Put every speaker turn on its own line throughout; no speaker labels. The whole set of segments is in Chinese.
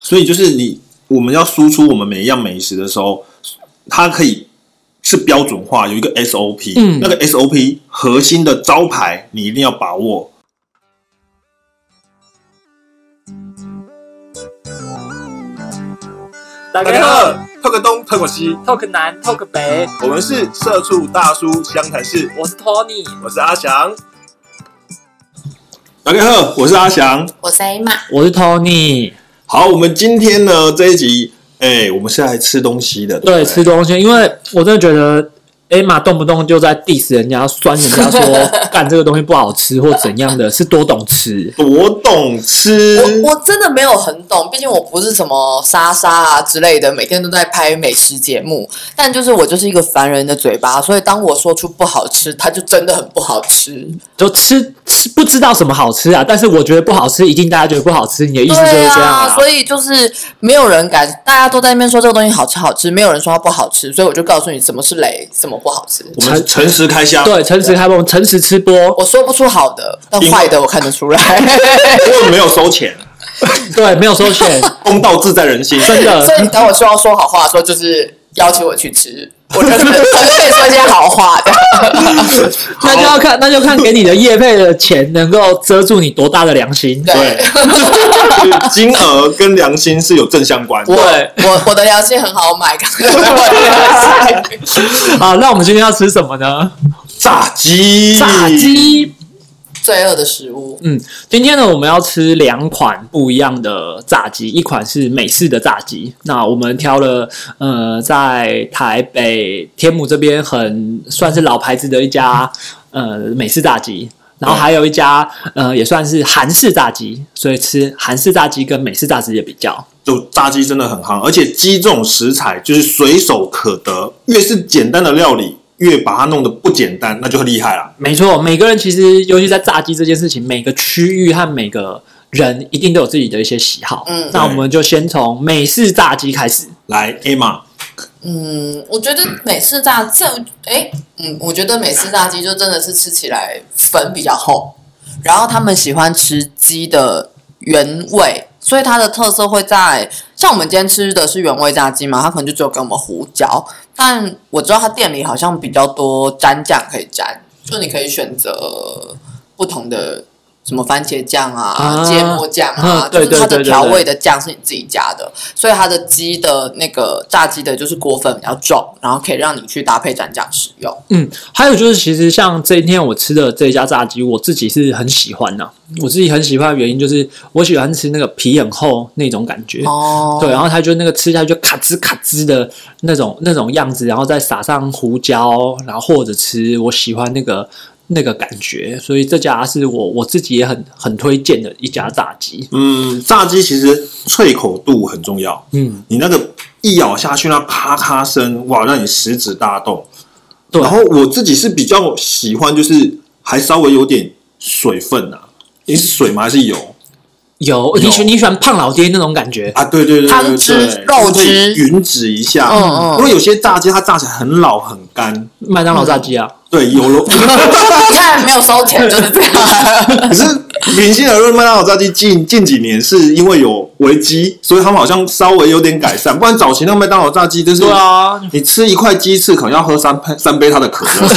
所以就是你我们要输出我们每一样美食的时候，它可以是标准化，有一个 SOP，、
嗯
那个 SOP 核心的招牌你一定要把握。
大
家好，
透个东，透个西，
，talk 南 talk 北，
我们是社畜大叔湘潭市，
我是 Tony，
我是阿翔。
大家好，我是阿翔。
我是 A 妈，
我是 Tony。
好，我们今天呢这一集，哎、我们是来吃东西的，
对，
不
吃东西，因为我真的觉得 Emma 动不动就在 diss 人家，酸人家 说干这个东西不好吃或怎样的，是多懂吃。
多懂吃。
嗯
我我真的没有很懂，毕竟我不是什么莎莎啊之类的，每天都在拍美食节目。但就是我就是一个凡人的嘴巴，所以当我说出不好吃，它就真的很不好吃。
就吃吃不知道什么好吃啊，但是我觉得不好吃，一定大家觉得不好吃。你的意思就是
对
这样
啊，所以就是没有人敢，大家都在那边说这个东西好吃好吃，没有人说它不好吃，所以我就告诉你什么是雷，什么不好吃。
我们诚实开箱，
对，诚实开播，诚实吃播，
我说不出好的，但
因为
坏的我看得 出来。
因为没有收钱，
对，没有收钱，
公道自在人心。
真
所以
的。
等我说要说好话的时候，就是邀请我去吃，我就 是我就可以说一些好话的。
那就要看，那就看给你的业配的钱能够遮住你多大的良心。
对。
对，金额跟良心是有正相关的。
我
对
我我的良心很好买，刚刚我的良 心
好，那我们今天要吃什么呢？
炸鸡，
炸，鸡。
罪恶的食物，
嗯，今天呢，我们要吃两款不一样的炸鸡，一款是美式的炸鸡，那我们挑了呃，在台北天母这边很算是老牌子的一家呃美式炸鸡，然后还有一家呃也算是韩式炸鸡，所以吃韩式炸鸡跟美式炸鸡的比较。
就炸鸡真的很夯，而且鸡这种食材就是随手可得，越是简单的料理，越把它弄得不简单，那就厉害了。
没错，每个人其实，尤其在炸鸡这件事情，每个区域和每个人一定都有自己的一些喜好。
嗯
那我们就先从美式炸鸡开始。
来，Emma，
嗯，我觉得美式炸这哎，嗯，我觉得美式炸鸡就真的是吃起来粉比较厚，然后他们喜欢吃鸡的原味，所以它的特色会在像我们今天吃的是原味炸鸡嘛，它可能就只有给我们胡椒，但我知道它店里好像比较多蘸酱可以蘸，就你可以选择不同的。什么番茄酱啊，
啊
芥末酱啊，
嗯
就
对
是
对
它的
对对
调
对
味的酱是你自己加的，所以它的鸡的那个炸鸡的，就是裹粉比较重，然后可以让你去搭配蘸酱使用。
嗯，还有就是，其实像这一天我吃的这家炸鸡，我自己是很喜欢的、我自己很喜欢的原因就是，我喜欢吃那个皮很厚那种感觉。
哦
对，然后它就那个吃下去就咔吱咔吱的那种那种样子，然后再撒上胡椒，然后或者吃，我喜欢那个那个感觉，所以这家是我我自己也很很推荐的一家炸鸡。
嗯，炸鸡其实脆口度很重要，
嗯，
你那个一咬下去，那咔咔声，哇，让你食指大动。
对
然后我自己是比较喜欢，就是还稍微有点水分啊，你是水吗？还是油
有你喜你喜欢胖老爹那种感觉，
啊？对对对对
汤
对，
汁
对
肉
就是可以
汁
匀脂一下。
嗯嗯
因为有些炸鸡它炸起来很老很干，
麦当劳炸鸡啊，
对，有了。
但没有收钱就是这 样。
可是平心而论，麦当劳炸鸡近近几年是因为有危机，所以他们好像稍微有点改善。不然早期那个麦当劳炸鸡，就是
对啊，
你吃一块鸡翅，可能要喝三杯三杯它的可乐，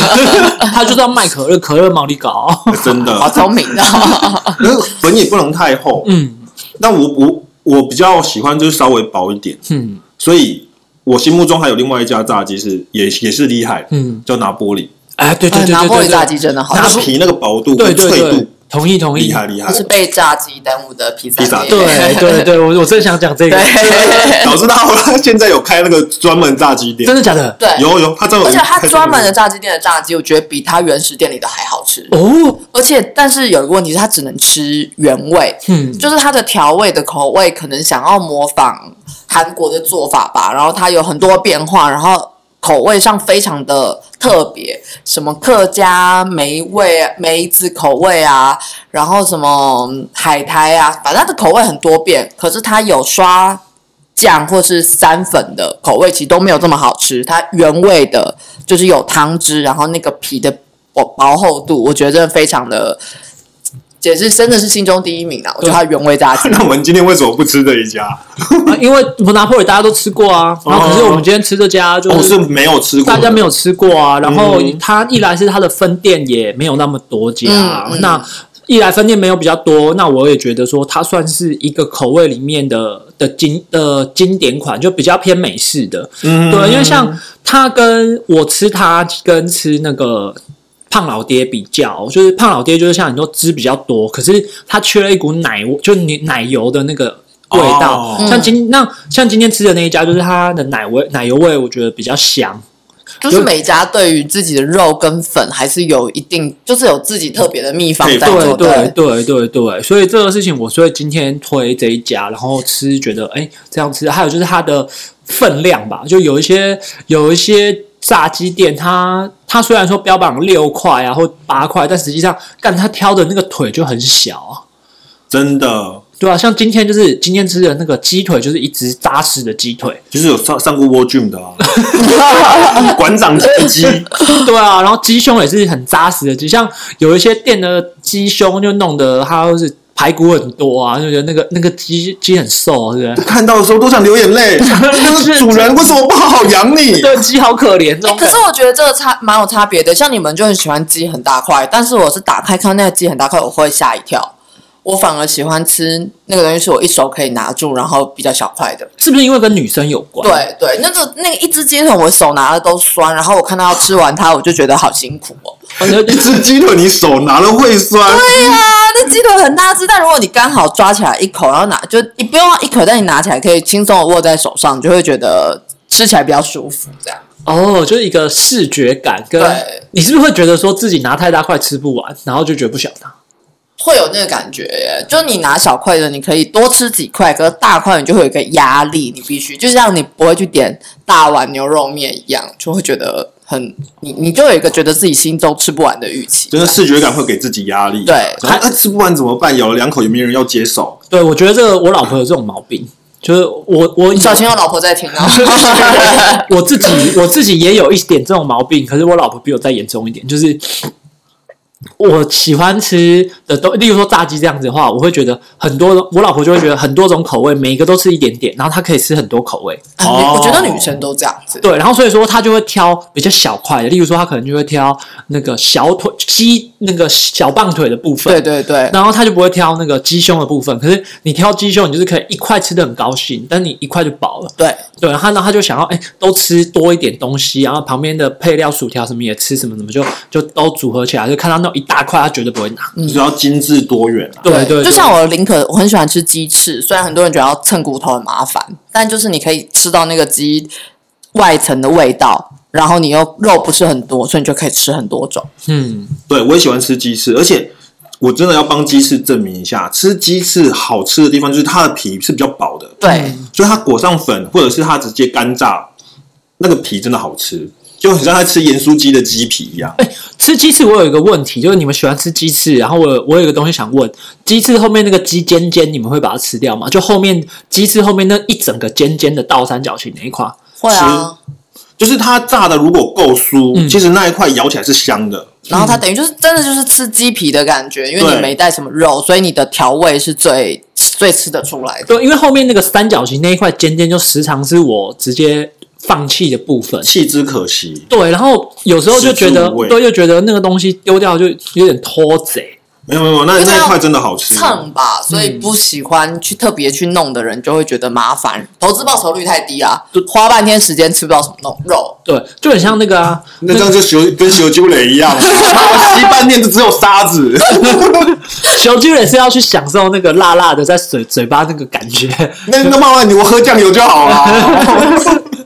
他就是要卖可乐，可乐毛利高，
真 的。
好聪明啊！
可是粉也不能太厚。
嗯。
但我我我比较喜欢就是稍微薄一点，
嗯
所以我心目中还有另外一家炸鸡是也也是厉害，
嗯，
叫拿玻璃，
哎，对对对对
拿
对
破
对，
仑炸鸡真的好
它
吃，
皮那个薄度
对
跟
对
脆
对
度，
同意同意，
厉害厉害
它，是被炸鸡耽误的披萨
披萨
店。
对对对，我我真的想讲这个，
对
导致他后来现在有开那个专门炸鸡店
真，的假的？
对，
有有，他专门
而且它
开
专门的炸鸡店的炸鸡，我觉得比它原始店里的还好吃。
哦，
而且，但是有一个问题是，它只能吃原味，
嗯，
就是它的调味的口味可能想要模仿韩国的做法吧，然后它有很多变化，然后口味上非常的特别，什么客家梅味、梅子口味啊，然后什么海苔啊，反正它的口味很多变，可是它有刷。酱或是三粉的口味其实都没有这么好吃，它原味的就是有汤汁，然后那个皮的薄薄厚度，我觉得真的非常的解释真的是心中第一名啊！我觉得它原味炸 鸡，
那我们今天为什么不吃这一家？
啊因为拿破里大家都吃过啊，然后可是我们今天吃这家就
哦我是没有吃过
大
的，
家没有吃过啊。然后
嗯
它一来是它的分店也没有那么多家，啊
嗯嗯
那一来分店没有比较多，那我也觉得说它算是一个口味里面的的经呃经典款，就比较偏美式的。
嗯，
对，因为像它跟我吃它跟吃那个。胖老爹比较，就是胖老爹就是像你说汁比较多，可是它缺了一股奶味，就你奶油的那个味道。
哦
像今那像今天吃的那一家，就是它的奶味奶油味，我觉得比较香。
就是每家对于自己的肉跟粉还是有一定，就是有自己特别的秘方在
配
做
对对
的。
对对对，所以这个事情我所以今天推这一家，然后吃觉得哎这样吃，还有就是它的分量吧，就有一些有一些炸鸡店，它它虽然说标榜六块啊或八块，但实际上干它挑的那个腿就很小啊。
真的
对啊，像今天就是今天吃的那个鸡腿，就是一只扎实的鸡 腿。
就是有上上过 War Gym 的啊，馆长级鸡，
对啊，然后鸡胸也是很扎实的鸡，像有一些店的鸡胸就弄得它就是排骨很多啊，就觉得那个那个鸡鸡很瘦，啊对不对？
看到的时候都想流眼 泪。那个主人为什么不好好养你？
对，鸡好可怜，这
哎
种
可是我觉得这个差蛮有差别的，像你们就很喜欢鸡很大块，但是我是打开看那个鸡很大块，我会吓一跳。我反而喜欢吃那个东西，是我一手可以拿住，然后比较小块的。
是不是因为跟女生有关？
对对，那个那个一只鸡腿，我手拿的都酸，然后我看到吃完它，我就觉得好辛苦哦。
我觉得
一只鸡腿你手拿了会酸，
对呀、那鸡腿很大只，但如果你刚好抓起来一口，然后拿就你不用一口，但你拿起来可以轻松的握在手上，你就会觉得吃起来比较舒服。这样
哦，就是一个视觉感跟
对
你是不是会觉得说自己拿太大块吃不完，然后就觉得不想拿？
会有那个感觉耶，就你拿小块的，你可以多吃几块，可是大块你就会有一个压力，你必须就像你不会去点大碗牛肉面一样，就会觉得很你你就有一个觉得自己心中吃不完的预 期。
真的视觉感会给自己压力。
对
然后哎吃不完怎么办？咬了两口也没人要接手，
对，我觉得这个我老婆有这种毛病，就是我我
你小 心，我老婆在听啊！
我自己我自己也有一点这种毛病，可是我老婆比我再严重一点，就是我喜欢吃的都，例如说炸鸡这样子的话，我会觉得很多，我老婆就会觉得很多种口味，每一个都吃一点点，然后她可以吃很多口味。
哦
我觉得女生都这样子。
对，然后所以说他就会挑比较小块的，例如说他可能就会挑那个小腿鸡那个小棒腿的部分，
对对对，
然后他就不会挑那个鸡胸的部分。可是你挑鸡胸，你就是可以一块吃的很高兴，但你一块就饱了。
对，
对，然后呢，他就想要哎都吃多一点东西，然后旁边的配料薯条什么也吃，什么什么就就都组合起来，就看到那种一大块，他绝对不会拿。
就是要精致多元啊。
对对，
就像我林可，我很喜欢吃鸡翅，虽然很多人觉得要蹭骨头很麻烦，但就是你可以吃到那个鸡外层的味道，然后你又肉不是很多，所以你就可以吃很多种。
嗯，
对，我也喜欢吃鸡翅，而且我真的要帮鸡翅证明一下，吃鸡翅好吃的地方就是它的皮是比较薄的，
对，
所以它裹上粉或者是它直接干炸，那个皮真的好吃，就很像在吃盐酥鸡的鸡皮一样。
吃鸡翅我有一个问题，就是你们喜欢吃鸡翅，然后我有我有一个东西想问，鸡翅后面那个鸡尖尖，你们会把它吃掉吗？就后面鸡翅后面那一整个尖尖的倒三角形那一块，
会啊。
就是它炸的如果够酥，其实那一块咬起来是香的。
然后它等于就是真的就是吃鸡皮的感觉，因为
对
你没带什么肉，所以你的调味是最最吃得出来的。
对，因为后面那个三角形那一块尖尖，就时常是我直接放弃的部分。
弃之可惜，
对，然后有时候就觉
食
得
之无，味
对，就觉得那个东西丢掉就有点拖贼。
没有没有，那
因为它
那
要
一块真的好吃。
蹭
嗯
吧，所以不喜欢去特别去弄的人就会觉得麻
嗯
烦，投资报酬率太低啊，花半天时间吃不到什么弄肉。
对，就很像那个啊，
那这样就修跟修鸠雷一样，我吸半天就只有沙子。
小巨人是要去享受那个辣辣的在嘴嘴巴那个感觉。
那那麻烦你，我喝酱油就好了。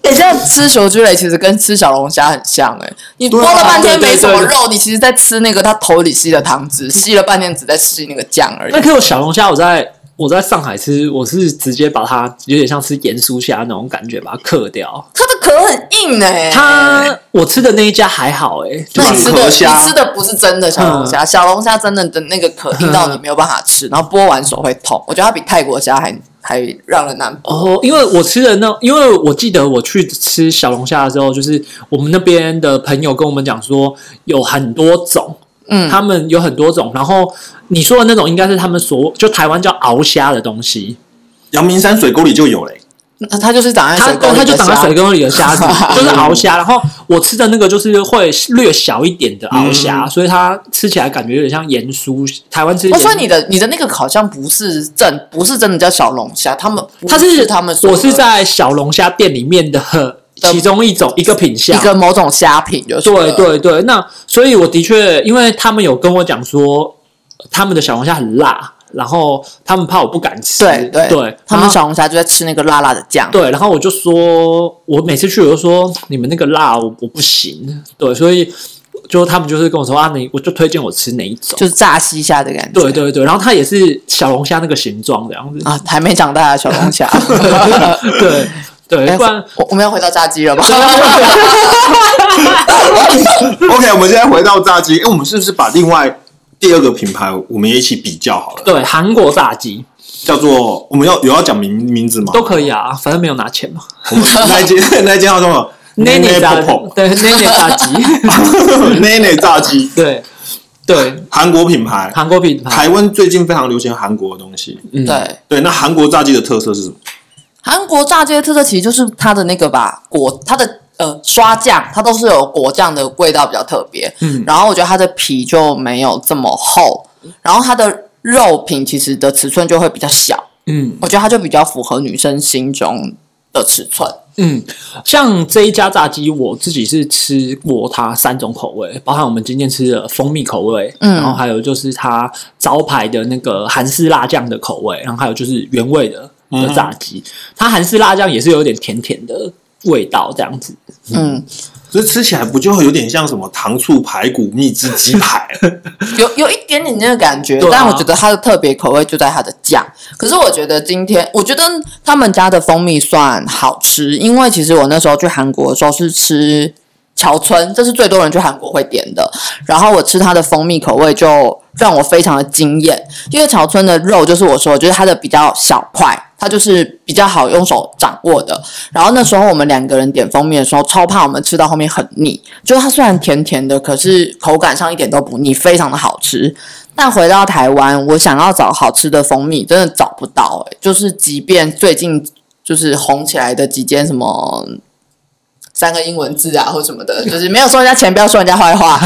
哎、欸，像吃熊居蕾其实跟吃小龙虾很像哎、你
对
剥
啊
了半
对
天
对
没什么
对
肉，你其实在吃那个他头里吸的汤汁，吸了半天只在吸那个酱而已
那。可我小龙虾，我在我在上海吃，我是直接把它有点像吃盐酥虾那种感觉，把它克掉。
它的壳很硬哎、
它我吃的那一家还好诶、欸，
那你吃
就是壳
的你
虾
吃的不是真的小龙虾，
嗯
小龙虾真的的那个壳硬到你没有办法吃，然后剥完手会痛。我觉得它比泰国虾还还让人难剥。
哦，因为我吃的那，因为我记得我去吃小龙虾的时候，就是我们那边的朋友跟我们讲说有很多种，
嗯
他们有很多种。然后你说的那种应该是他们所就台湾叫鳌虾的东西，
阳明山水沟里就有嘞、
那它就是长在
它
水沟
对
里
它哦就
的虾，
长在水沟里的 虾子，就是鳌虾。然后我吃的那个就是会略小一点的鳌
嗯
虾，所以它吃起来感觉有点像盐酥。台湾吃
哦，
盐
所以你的你的那个好像不是正，不是真的叫小龙虾，他们
它
不
是
他们说
我
的
是在小龙虾店里面的其中一种一个品
一
相。
个某种虾品，就是
对
了，
对对，那所以我的确，因为他们有跟我讲说，他们的小龙虾很辣，然后他们怕我不敢吃。
对
对
对他
然
们
后
小龙虾就在吃那个辣辣的酱，
对，然后我就说，我每次去我就说你们那个辣我我不行，对，所以就他们就是跟我说啊，你我就推荐我吃哪一种，
就是炸西虾的感觉。
对对对，然后它也是小龙虾那个形状这样子，
啊，还没长大的小龙虾，
对对，
哎
不然啊
我我们要回到炸鸡了吧？
OK，我们现在回到炸鸡，哎、我们是不是把另外第二个品牌我们也一起比较好了？
对韩国炸鸡
叫做我们要有要讲名名字吗？
都可以啊，反正没有拿钱嘛。
我们那 一间那一间叫做什么
那年炸
Popo
对那年炸 鸡，
奈奈炸鸡，
对对，
韩国品牌。
韩国品牌，
台湾最近非常流行韩国的东西，
嗯，
对，
对，那韩国炸鸡的特色是什么？
韩国炸鸡的特色其实就是它的那个吧，果它的呃刷酱，它都是有果酱的味道比较特别。嗯，然后我觉得它的皮就没有这么厚，然后它的肉品其实的尺寸就会比较小，
嗯
我觉得它就比较符合女生心中的尺寸。
嗯，像这一家炸鸡，我自己是吃过它三种口味，包含我们今天吃的蜂蜜口味，
嗯
然后还有就是它招牌的那个韩式辣酱的口味，然后还有就是原味的的炸鸡，它韩式辣酱也是有点甜甜的味道这样子，
嗯，
可是吃起来不就有点像什么糖醋排骨蜜汁鸡排？
嗯有有一点点那个感觉，
对啊
但我觉得它的特别口味就在它的酱。可是我觉得今天，我觉得他们家的蜂蜜算好吃，因为其实我那时候去韩国的时候是吃乔村，这是最多人去韩国会点的。然后我吃它的蜂蜜口味就让我非常的惊艳，因为乔村的肉就是我说的，就是它的比较小块，它就是比较好用手掌握的。然后那时候我们两个人点蜂蜜的时候，超怕我们吃到后面很腻，就是它虽然甜甜的，可是口感上一点都不腻，非常的好吃。但回到台湾，我想要找好吃的蜂蜜，真的找不到、欸。就是即便最近就是红起来的几间什么三个英文字啊，或什么的，就是没有收人家钱，不要说人家坏话，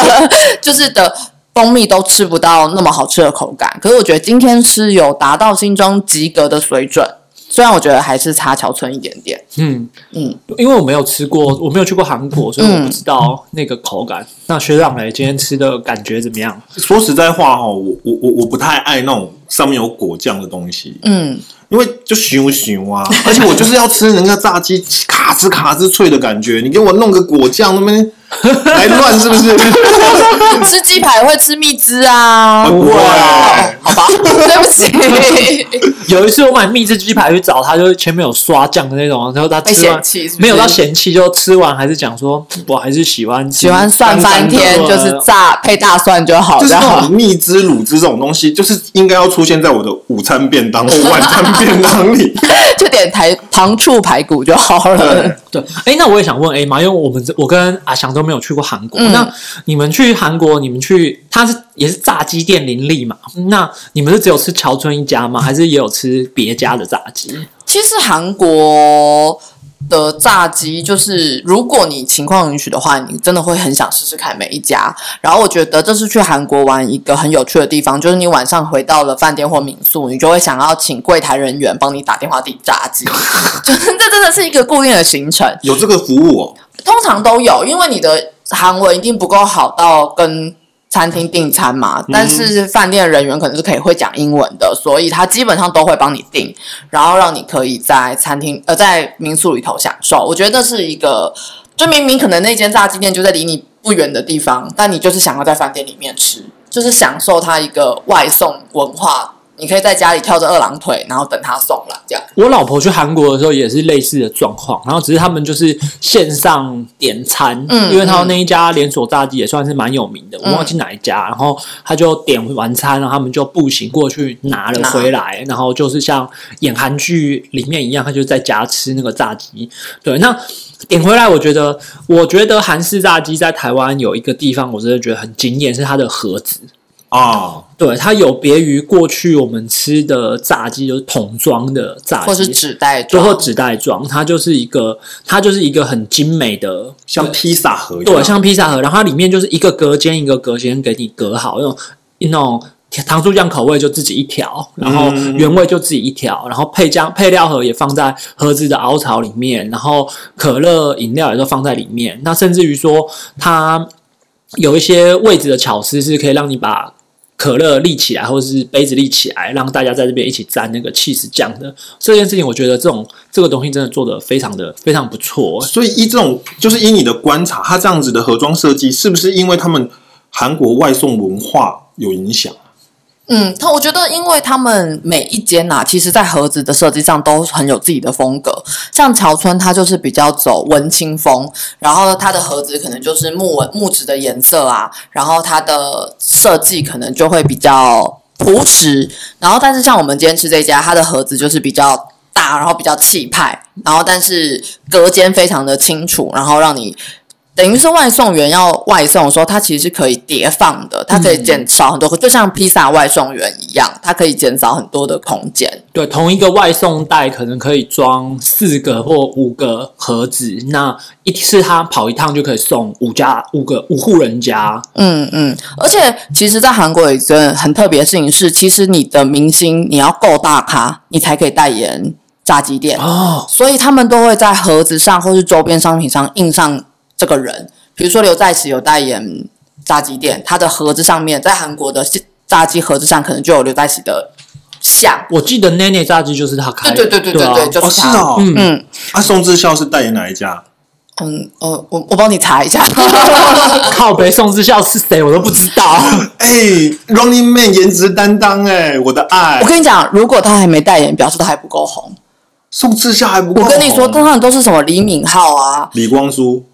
就是的蜂蜜都吃不到那么好吃的口感。可是我觉得今天是有达到心中及格的水准，虽然我觉得还是差乔村一点 点。
嗯
嗯，
因为我没有吃过，我没有去过韩国，所以我不知道那个口感。那学长嘞，今天吃的感觉怎么样？
说实在话哦，我我我我不太爱那种上面有果酱的东西，
嗯，
因为就熊熊啊， 而且我就是要吃人家炸鸡卡吱卡吱脆的感觉，你给我弄个果酱那边来乱是不是？
吃鸡排会吃蜜汁啊，
不会啊
哦好吧，对 不起。
有一次我买蜜汁鸡排去找他，就是前面有刷酱的那种，然后他吃完
被嫌弃是不是
没有到嫌弃，就吃完还是讲说，我还是喜欢吃
喜欢蒜翻天，
干干的
就是炸配大蒜就好
啊就是那
了。
种蜜汁、乳汁这种东西，就是应该要出现在我的午餐便当或晚餐便当里。
就点台糖醋排骨就好了
对。
对。哎，那我也想问 A 嘛，因为我们我跟阿翔都没有去过韩国，
嗯
那你们去韩国，你们去他是也是炸鸡店林立嘛？那你们是只有吃乔村一家吗？还是也有吃别家的炸鸡？
其实韩国的炸鸡，就是如果你情况允许的话，你真的会很想试试看每一家。然后我觉得这是去韩国玩一个很有趣的地方，就是你晚上回到了饭店或民宿，你就会想要请柜台人员帮你打电话订炸鸡，就是这真的是一个固定的行程。
有这个服务哦，
通常都有，因为你的韩文一定不够好到跟餐厅订餐嘛，但是饭店人员可能是可以会讲英文的，所以他基本上都会帮你订，然后让你可以在餐厅呃在民宿里头享受。我觉得这是一个，就明明可能那间炸鸡店就在离你不远的地方，但你就是想要在饭店里面吃，就是享受它一个外送文化你可以在家里跳着二郎腿，然后等他送来这样。
我老婆去韩国的时候也是类似的状况，然后只是他们就是线上点餐，
嗯
因为他们那一家连锁炸鸡也算是蛮有名的，我忘记哪一家，然后他就点完餐，然后他们就步行过去拿了回来，然后就是像演韩剧里面一样，他就在家吃那个炸鸡。对，那点回来，我觉得，我觉得韩式炸鸡在台湾有一个地方，我真的觉得很惊艳，是它的盒子。
啊，
对，它有别于过去我们吃的炸鸡，就是桶装的炸鸡，
或是纸袋
最
装，
后纸袋装，它就是一个，它就是一个很精美的，
像披萨盒一样，
对，像披萨盒，然后它里面就是一个隔间一个隔间给你隔好，那种那种糖醋酱口味就自己一条，然后
嗯
原味就自己一条，然后配酱配料盒也放在盒子的凹槽里面，然后可乐饮料也都放在里面，那甚至于说它有一些位置的巧思是可以让你把。可乐立起来，或者是杯子立起来，让大家在这边一起沾那个 cheese 酱的这件事情，我觉得这种这个东西真的做的非常的非常不错。
所以依这种，就是依你的观察，它这样子的盒装设计，是不是因为他们韩国外送文化有影响？
嗯，他我觉得，因为他们每一间呐、其实在盒子的设计上都很有自己的风格。像乔村，它就是比较走文青风，然后它的盒子可能就是木纹木质的颜色啊，然后它的设计可能就会比较朴实。然后，但是像我们今天吃这家，它的盒子就是比较大，然后比较气派，然后但是隔间非常的清楚，然后让你。等于是外送员要外送的时候，它其实是可以叠放的，它可以减少很多，就像披萨外送员一样，它可以减少很多的空间。
对，同一个外送袋可能可以装四个或五个盒子，那一次他跑一趟就可以送五家五个五户人家。
嗯嗯，而且其实，在韩国有一件很特别的事情是，其实你的明星你要够大咖，你才可以代言炸鸡店，
哦，
所以他们都会在盒子上或是周边商品上印上这个人。比如说刘在石有代言炸鸡店，他的盒子上面，在韩国的炸鸡盒子上可能就有刘在石的像。
我记得 Nene 炸鸡就是他开的，
对对对对对
啊
对，就是
哦，是
他。
哦，
嗯
嗯，
啊，宋智孝是代言哪一家？
嗯，呃，我我帮你 查一下， 呃
靠北宋智孝是谁我都不知道。
哎，Running Man 颜值担当，哎，我的爱
我，跟你讲，如果他还没代言，表示他还不够红。
宋智孝还不够
我
红。
跟你说，通常都是什么李敏镐啊，
李光洙，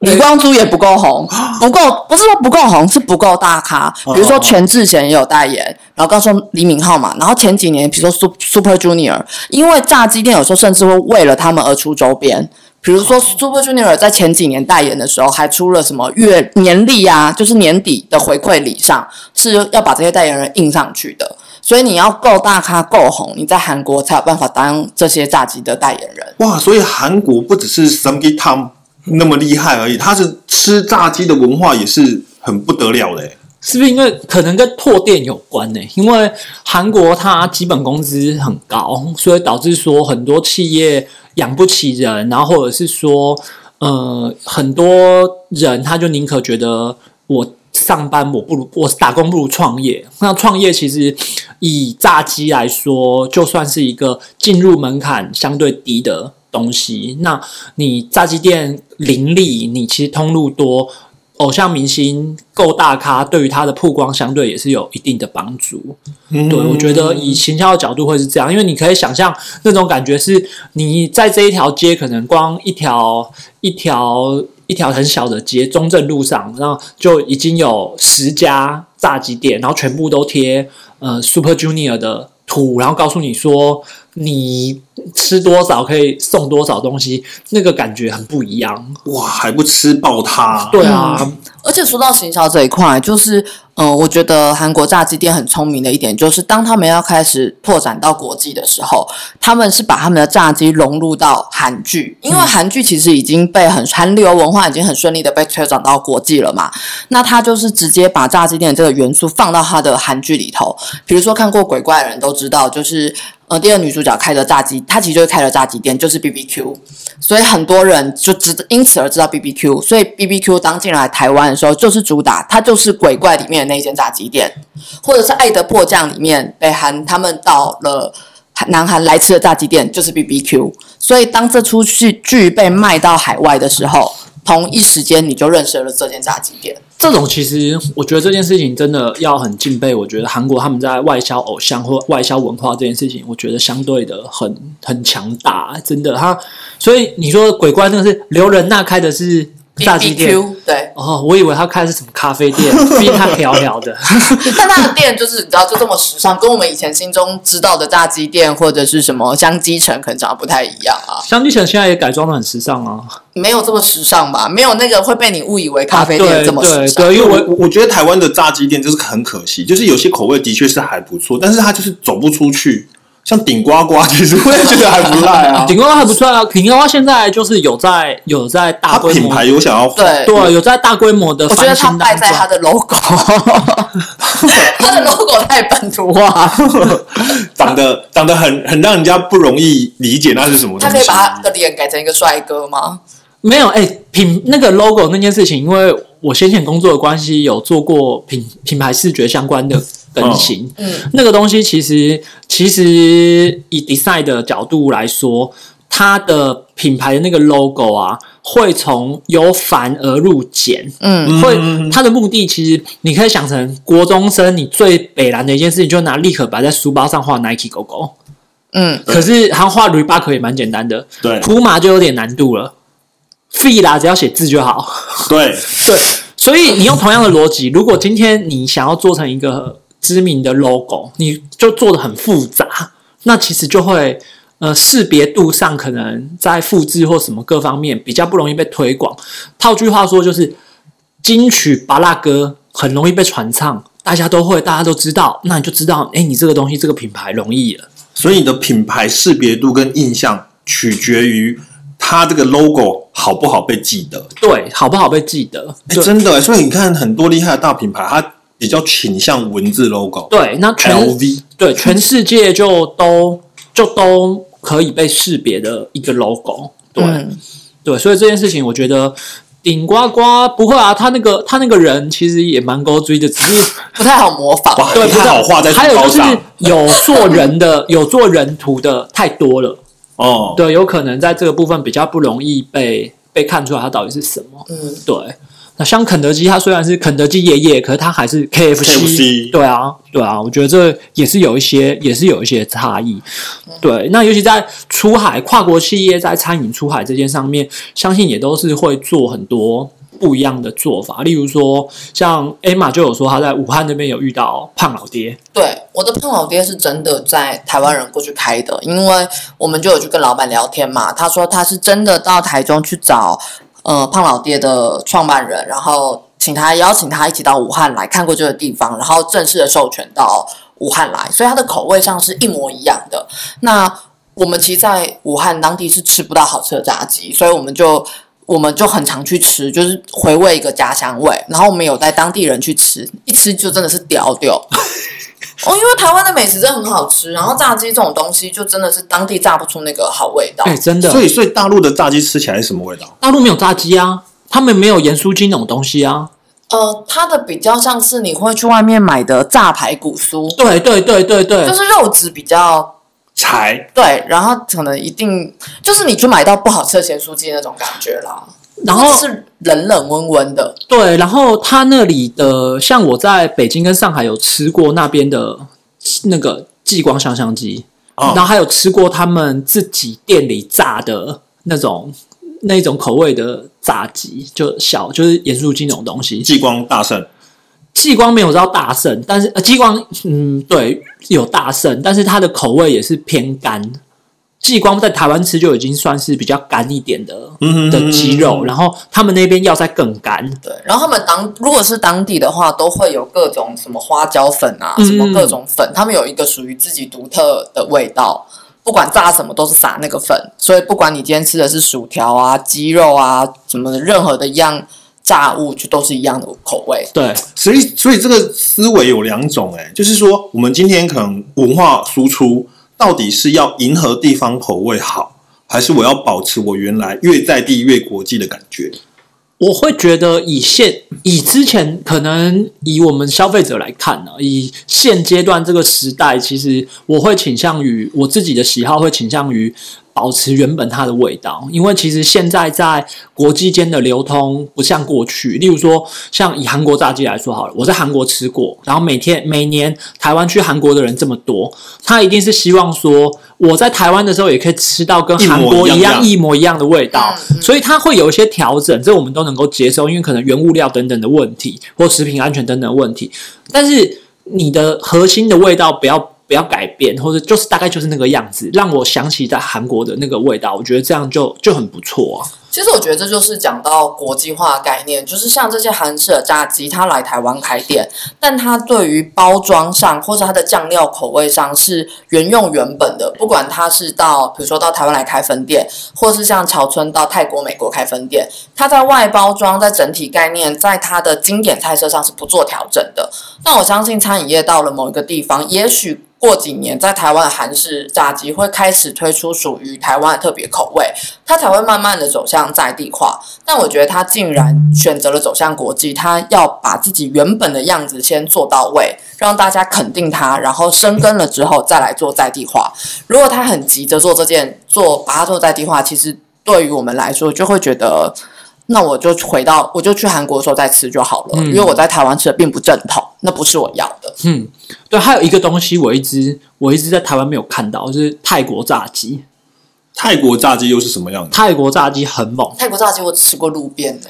李光洙也不够红，不够不是说不够红，是不够大咖。比如说全智贤也有代言，然后刚说李敏镐嘛，然后前几年比如说 Sup- Super Junior，因为炸鸡店有时候甚至会为了他们而出周边。比如说 Super Junior 在前几年代言的时候，还出了什么月年历啊，就是年底的回馈礼上是要把这些代言人印上去的。所以你要够大咖、够红，你在韩国才有办法当这些炸鸡的代言人。
哇，所以韩国不只是 Samgi Tam 那么厉害而已，它是吃炸鸡的文化也是很不得了的，哎
是不是因为可能跟拓店有关呢、因为韩国它基本工资很高，所以导致说很多企业养不起人，然后或者是说，呃，很多人他就宁可觉得我上班我不如我打工不如创业。那创业其实以炸鸡来说，就算是一个进入门槛相对低的东西。那你炸鸡店林立，你其实通路多，偶像明星够大咖，对于他的曝光相对也是有一定的帮助。
嗯
对，我觉得以行销的角度会是这样，因为你可以想象那种感觉是，你在这一条街，可能光一条一条一条很小的街，中正路上，然后就已经有十家炸鸡店，然后全部都贴呃 Super Junior 的图，然后告诉你说你吃多少可以送多少东西，那个感觉很不一样。
哇，还不吃爆它？
对啊，
而且说到行销这一块，就是嗯、呃我觉得韩国炸鸡店很聪明的一点，就是当他们要开始拓展到国际的时候，他们是把他们的炸鸡融入到韩剧，因为韩剧其实已经被很韩流文化已经很顺利的被推展到国际了嘛。那他就是直接把炸鸡店这个元素放到他的韩剧里头，比如说看过《鬼怪》的人都知道，就是。呃，第二女主角开的炸鸡，她其实就是开了炸鸡店，就是 B B Q。所以很多人就知因此而知道 B B Q，所以 B B Q 当进来台湾的时候，就是主打它就是鬼怪里面的那一间炸鸡店，或者是爱德迫酱里面北韩他们到了南韩来吃的炸鸡店就是 B B Q，所以当这出剧剧被卖到海外的时候，同一时间你就认识了这间炸鸡店。
这种其实我觉得这件事情真的要很敬佩。我觉得韩国他们在外销偶像或外销文化这件事情，我觉得相对的很很强大，真的。他所以你说鬼怪那个是刘仁娜开的是炸鸡店。
BBQ 对，
哦，我以为他开的是什么咖啡 店，毕竟他聊聊的。
但他的店就是你知道就这么时尚，跟我们以前心中知道的炸鸡店或者是什么香鸡城可能长得不太一样啊，
香鸡城现在也改装的很时尚啊，
没有这么时尚吧？没有那个会被你误以为咖啡店
啊对
这么时
对
尚。
对，因为我。
我我觉得台湾的炸鸡店就是很可惜，就是有些口味的确是还不错，但是它就是走不出去。像顶呱呱，其实我也觉得还不赖啊
顶呱呱还不错啊，顶呱呱现在就是有在有在大
它
规
品
模
牌有想要
对
对有在大规模的
我觉
翻
得他
新
败
当
在他
中。啊
的 logo，他的 logo 太本土化，
长得长得很很让人家不容易理解，那是什么
他
东
可以
西？
把他的脸改成一个帅哥吗？
没有哎、品那个 logo 那件事情，因为我先前工作的关系，有做过品品牌视觉相关的更新。
嗯，
那个东西其实其实以 design 的角度来说，它的品牌的那个 logo 啊，会从由繁而入简，
嗯
会
嗯
它的目的其实你可以想成国中生，你最北蓝的一件事情，就拿立可白在书包上画 Nike 狗狗。
嗯，
可是它画 Reebok 也蛮简单的，
对
普马就有点难度了。费啦，只要写字就好。
对，
对，所以你用同样的逻辑，如果今天你想要做成一个知名的 logo，你就做的很复杂，那其实就会呃识别度上可能在复制或什么各方面比较不容易被推广。套句话说，就是金曲巴拉歌很容易被传唱，大家都会，大家都知道，那你就知道，哎，你这个东西这个品牌容易了。
所以你的品牌识别度跟印象取决于它这个 logo 好不好被记得。
对，好不好被记得？
哎、
对
真的、所以你看很多厉害的大品牌，它比较倾向文字 logo。
对，那全
LV
对全世界就都就都可以被识别的一个 logo 对。
嗯
对，所以这件事情我觉得顶呱呱不会啊，他那个他那个人其实也蛮高追的，只是
不太好模仿。
哇，
对，
不
不是
哎好画在书
还有
包
就是
上
有做人的 有做人图的太多了，
哦。
对，有可能在这个部分比较不容易被被看出来它到底是什么。
嗯，
对，那像肯德基，它虽然是肯德基爷爷，可是它还是 KFC,
KFC
对啊，对啊，我觉得这也是有一些，也是有一些差异。对，那尤其在出海跨国企业在餐饮出海这件上面，相信也都是会做很多。不一样的做法，例如说，像 Emma 就有说她在武汉那边有遇到胖老爹，
对，我的胖老爹是真的在台湾人过去开的，因为我们就有去跟老板聊天嘛，他说他是真的到台中去找呃胖老爹的创办人，然后请他邀请他一起到武汉来看过这个地方，然后正式的授权到武汉来，所以他的口味上是一模一样的。那我们其实在武汉当地是吃不到好吃的炸鸡，所以我们就。我们就很常去吃，就是回味一个家乡味。然后我们有带当地人去吃，一吃就真的是屌屌，哦，因为台湾的美食真的很好吃，然后炸鸡这种东西就真的是当地炸不出那个好味道。
哎、真的，
哦所以，所以大陆的炸鸡吃起来是什么味道？
大陆没有炸鸡啊，他们没有盐酥鸡那种东西啊，
呃，它的比较像是你会去外面买的炸排骨酥，
对对对对对，
就是肉质比较
柴
对，然后可能一定就是你去买到不好吃的咸酥鸡那种感觉啦，
然后
是冷冷温温的，
对，然后他那里的，像我在北京跟上海有吃过那边的那个激光香香鸡，然后
啊，
还有吃过他们自己店里炸的那种那种口味的炸鸡，就小就是盐酥鸡那种东西。
激光大圣
激光没有到大盛，但是呃，激光嗯对有大盛，但是它的口味也是偏干。激光在台湾吃就已经算是比较干一点的
嗯
的鸡肉，然后他们那边要再更干。
对。然后他们当如果是当地的话，都会有各种什么花椒粉啊，什么
嗯
各种粉，他们有一个属于自己独特的味道。不管炸什么都是撒那个粉，所以不管你今天吃的是薯条啊、鸡肉啊什么的，任何的一样炸物，就都是一样的口味。
对，
所以，所以这个思维有两种、欸，就是说，我们今天可能文化输出到底是要迎合地方口味好，还是我要保持我原来越在地越国际的感觉？
我会觉得以现以之前可能以我们消费者来看呢、以现阶段这个时代，其实我会倾向于我自己的喜好会倾向于保持原本它的味道，因为其实现在在国际间的流通不像过去，例如说像以韩国炸鸡来说好了，我在韩国吃过，然后每天每年台湾去韩国的人这么多，他一定是希望说我在台湾的时候也可以吃到跟韩国
一模一样
一模一样的味道，
嗯嗯
所以它会有一些调整，这我们都能够接受，因为可能原物料等等的问题，或食品安全等等的问题，但是你的核心的味道不要不要改变，或者就是大概就是那个样子，让我想起在韩国的那个味道，我觉得这样就就很不错啊。
其实我觉得这就是讲到国际化的概念，就是像这些韩式的炸鸡，它来台湾开店，但它对于包装上或是它的酱料口味上是原用原本的，不管它是到比如说到台湾来开分店，或是像潮村到泰国、美国开分店，它在外包装、在整体概念、在它的经典菜色上是不做调整的。那我相信餐饮业到了某一个地方，也许。过几年，在台湾的韩式炸鸡会开始推出属于台湾的特别口味，它才会慢慢的走向在地化。但我觉得他竟然选择了走向国际，他要把自己原本的样子先做到位，让大家肯定他，然后生根了之后再来做在地化。如果他很急着做这件做，把它做在地化，其实对于我们来说就会觉得。那我就回到，我就去韩国的时候再吃就好了，
嗯
因为我在台湾吃的并不正统，那不是我要的。
嗯，对，还有一个东西我一直我一直在台湾没有看到，就是泰国炸鸡。
泰国炸鸡又是什么样的？
泰国炸鸡很猛，
泰国炸鸡我吃过路边的，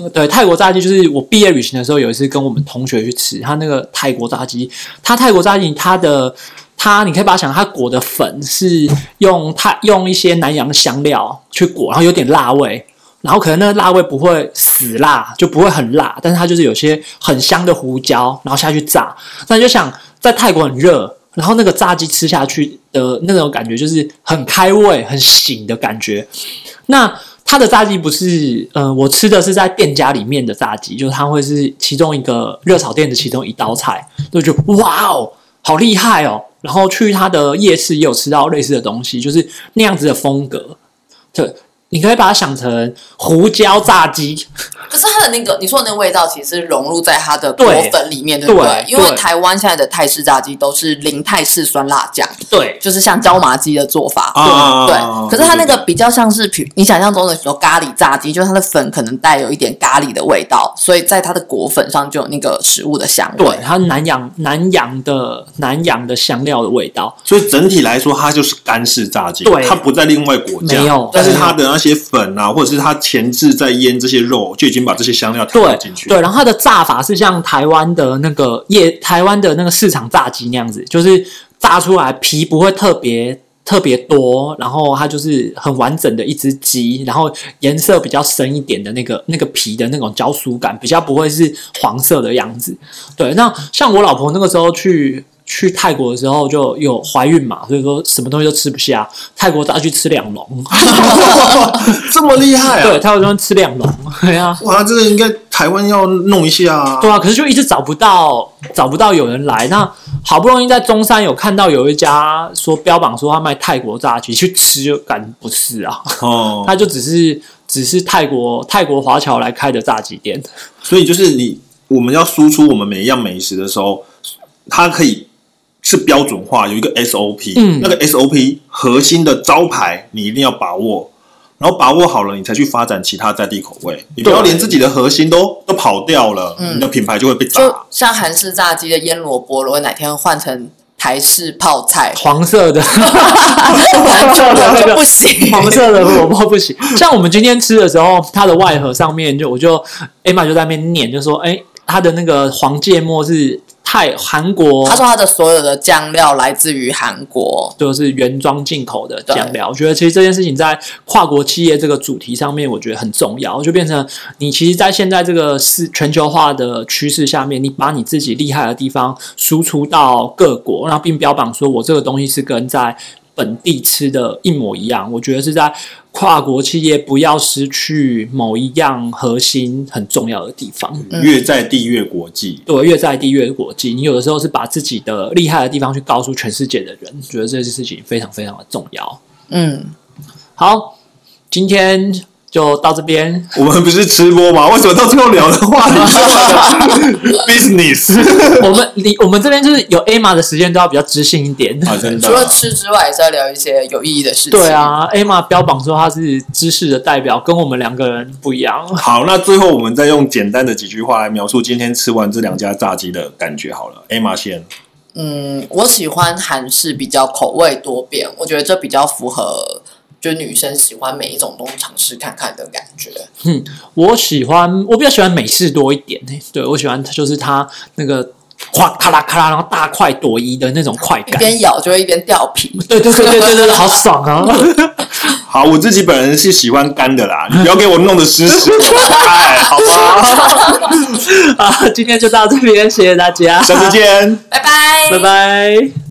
对对，泰国炸鸡就是我毕业旅行的时候有一次跟我们同学去吃，他那个泰国炸鸡，他泰国炸鸡它的它你可以把它想，它裹的粉是用泰用一些南洋香料去裹，然后有点辣味。然后可能那个辣味不会死辣，就不会很辣，但是它就是有些很香的胡椒，然后下去炸。那你就想，在泰国很热，然后那个炸鸡吃下去的呃那种感觉，就是很开胃、很醒的感觉。那它的炸鸡不是，呃，我吃的是在店家里面的炸鸡，就是它会是其中一个热炒店的其中一道菜，就觉得哇哦，好厉害哦。然后去它的夜市也有吃到类似的东西，就是那样子的风格。对，你可以把它想成胡椒炸鸡，
可是它的那个你说的那个味道，其实融入在它的果
对
粉里面，对不
对
因为
对
台湾现在的泰式炸鸡都是零泰式酸辣酱，
对，
就是像椒麻鸡的做法。
啊
对，可是它那个比较像是，比你想象中的有咖喱炸鸡，就是它的粉可能带有一点咖喱的味道，所以在它的果粉上就有那个食物的香味
对，。它南洋南洋的南洋的香料的味道，
所以整体来说，它就是干式炸鸡，
对
它不在另外裹
没
酱
有，
但是它的那些粉啊，或者是它前置在腌这些肉，就已经把这些香料调
对
进去。
对，然后它的炸法是像台湾的那个夜台湾的那个市场炸鸡那样子，就是炸出来皮不会特别。特别多，然后它就是很完整的一只鸡，然后颜色比较深一点的那个那个皮的那种焦酥感，比较不会是黄色的样子。对，那像我老婆那个时候去去泰国的时候就有怀孕嘛，所以说什么东西都吃不下，泰国炸去吃两笼，
啊这么厉害
对，
啊！
泰国东西吃两笼， 对啊。
哇，这个应该台湾要弄一下啊。
对啊，可是就一直找不到，找不到有人来。那好不容易在中山有看到有一家说标榜说他卖泰国炸鸡，去吃就感不是啊，
哦，
他就只是只是泰国泰国华侨来开的炸鸡店。
所以就是你，我们要输出我们每一样美食的时候，它可以是标准化，有一个 SOP，、
嗯，
那个 SOP 核心的招牌你一定要把握，然后把握好了，你才去发展其他在地口味，你不要连自己的核心都都跑掉了，
嗯
你的品牌就会被
就
砸。
像韩式炸鸡的腌萝卜，如果哪天换成台式泡菜
黄色的，黄色的那
就不
个。
行。
黄色的萝卜不行，像我们今天吃的时候，它的外盒上面就我就艾玛就在那边念，就说：“哎、它的那个黄芥末是泰韩国，
他说他的所有的酱料来自于韩国，
就是原装进口的酱料。我觉得其实这件事情在跨国企业这个主题上面，我觉得很重要，就变成你其实，在现在这个是全球化的趋势下面，你把你自己厉害的地方输出到各国，然后并标榜说我这个东西是跟在本地吃的一模一样。我觉得是在跨国企业不要失去某一样核心很重要的地方。
嗯
越在地越国际，
对，越在地越国际。你有的时候是把自己的厉害的地方去告诉全世界的人，觉得这件事情非常非常的重要。
嗯，
好，今天就到这边，
我们不是吃播吗？为什么到最后聊的话 题 business
我们你我们这边就是有 A 玛的时间都要比较知性一点。
啊？真
除了吃之外，也是要聊一些有意义的事情。
对，啊，A 玛标榜说她是知识的代表，跟我们两个人不一样。
好，那最后我们再用简单的几句话来描述今天吃完这两家炸鸡的感觉好了。Emma 先，
嗯，我喜欢韩式比较口味多变，我觉得这比较符合就女生喜欢每一种都尝试看看的感觉。
我喜欢，我比较喜欢美式多一点、欸。对我喜欢就是它那个哗咔啦咔啦，然后大快朵颐的那种快
一
感。
边咬就会一边掉皮，
对对对对对对，好爽啊！
好，我自己本人是喜欢干的啦，你不要给我弄得湿湿的，哎，好吧，
啊，今天就到这边，谢谢大家，
下次见。
拜拜，
拜拜。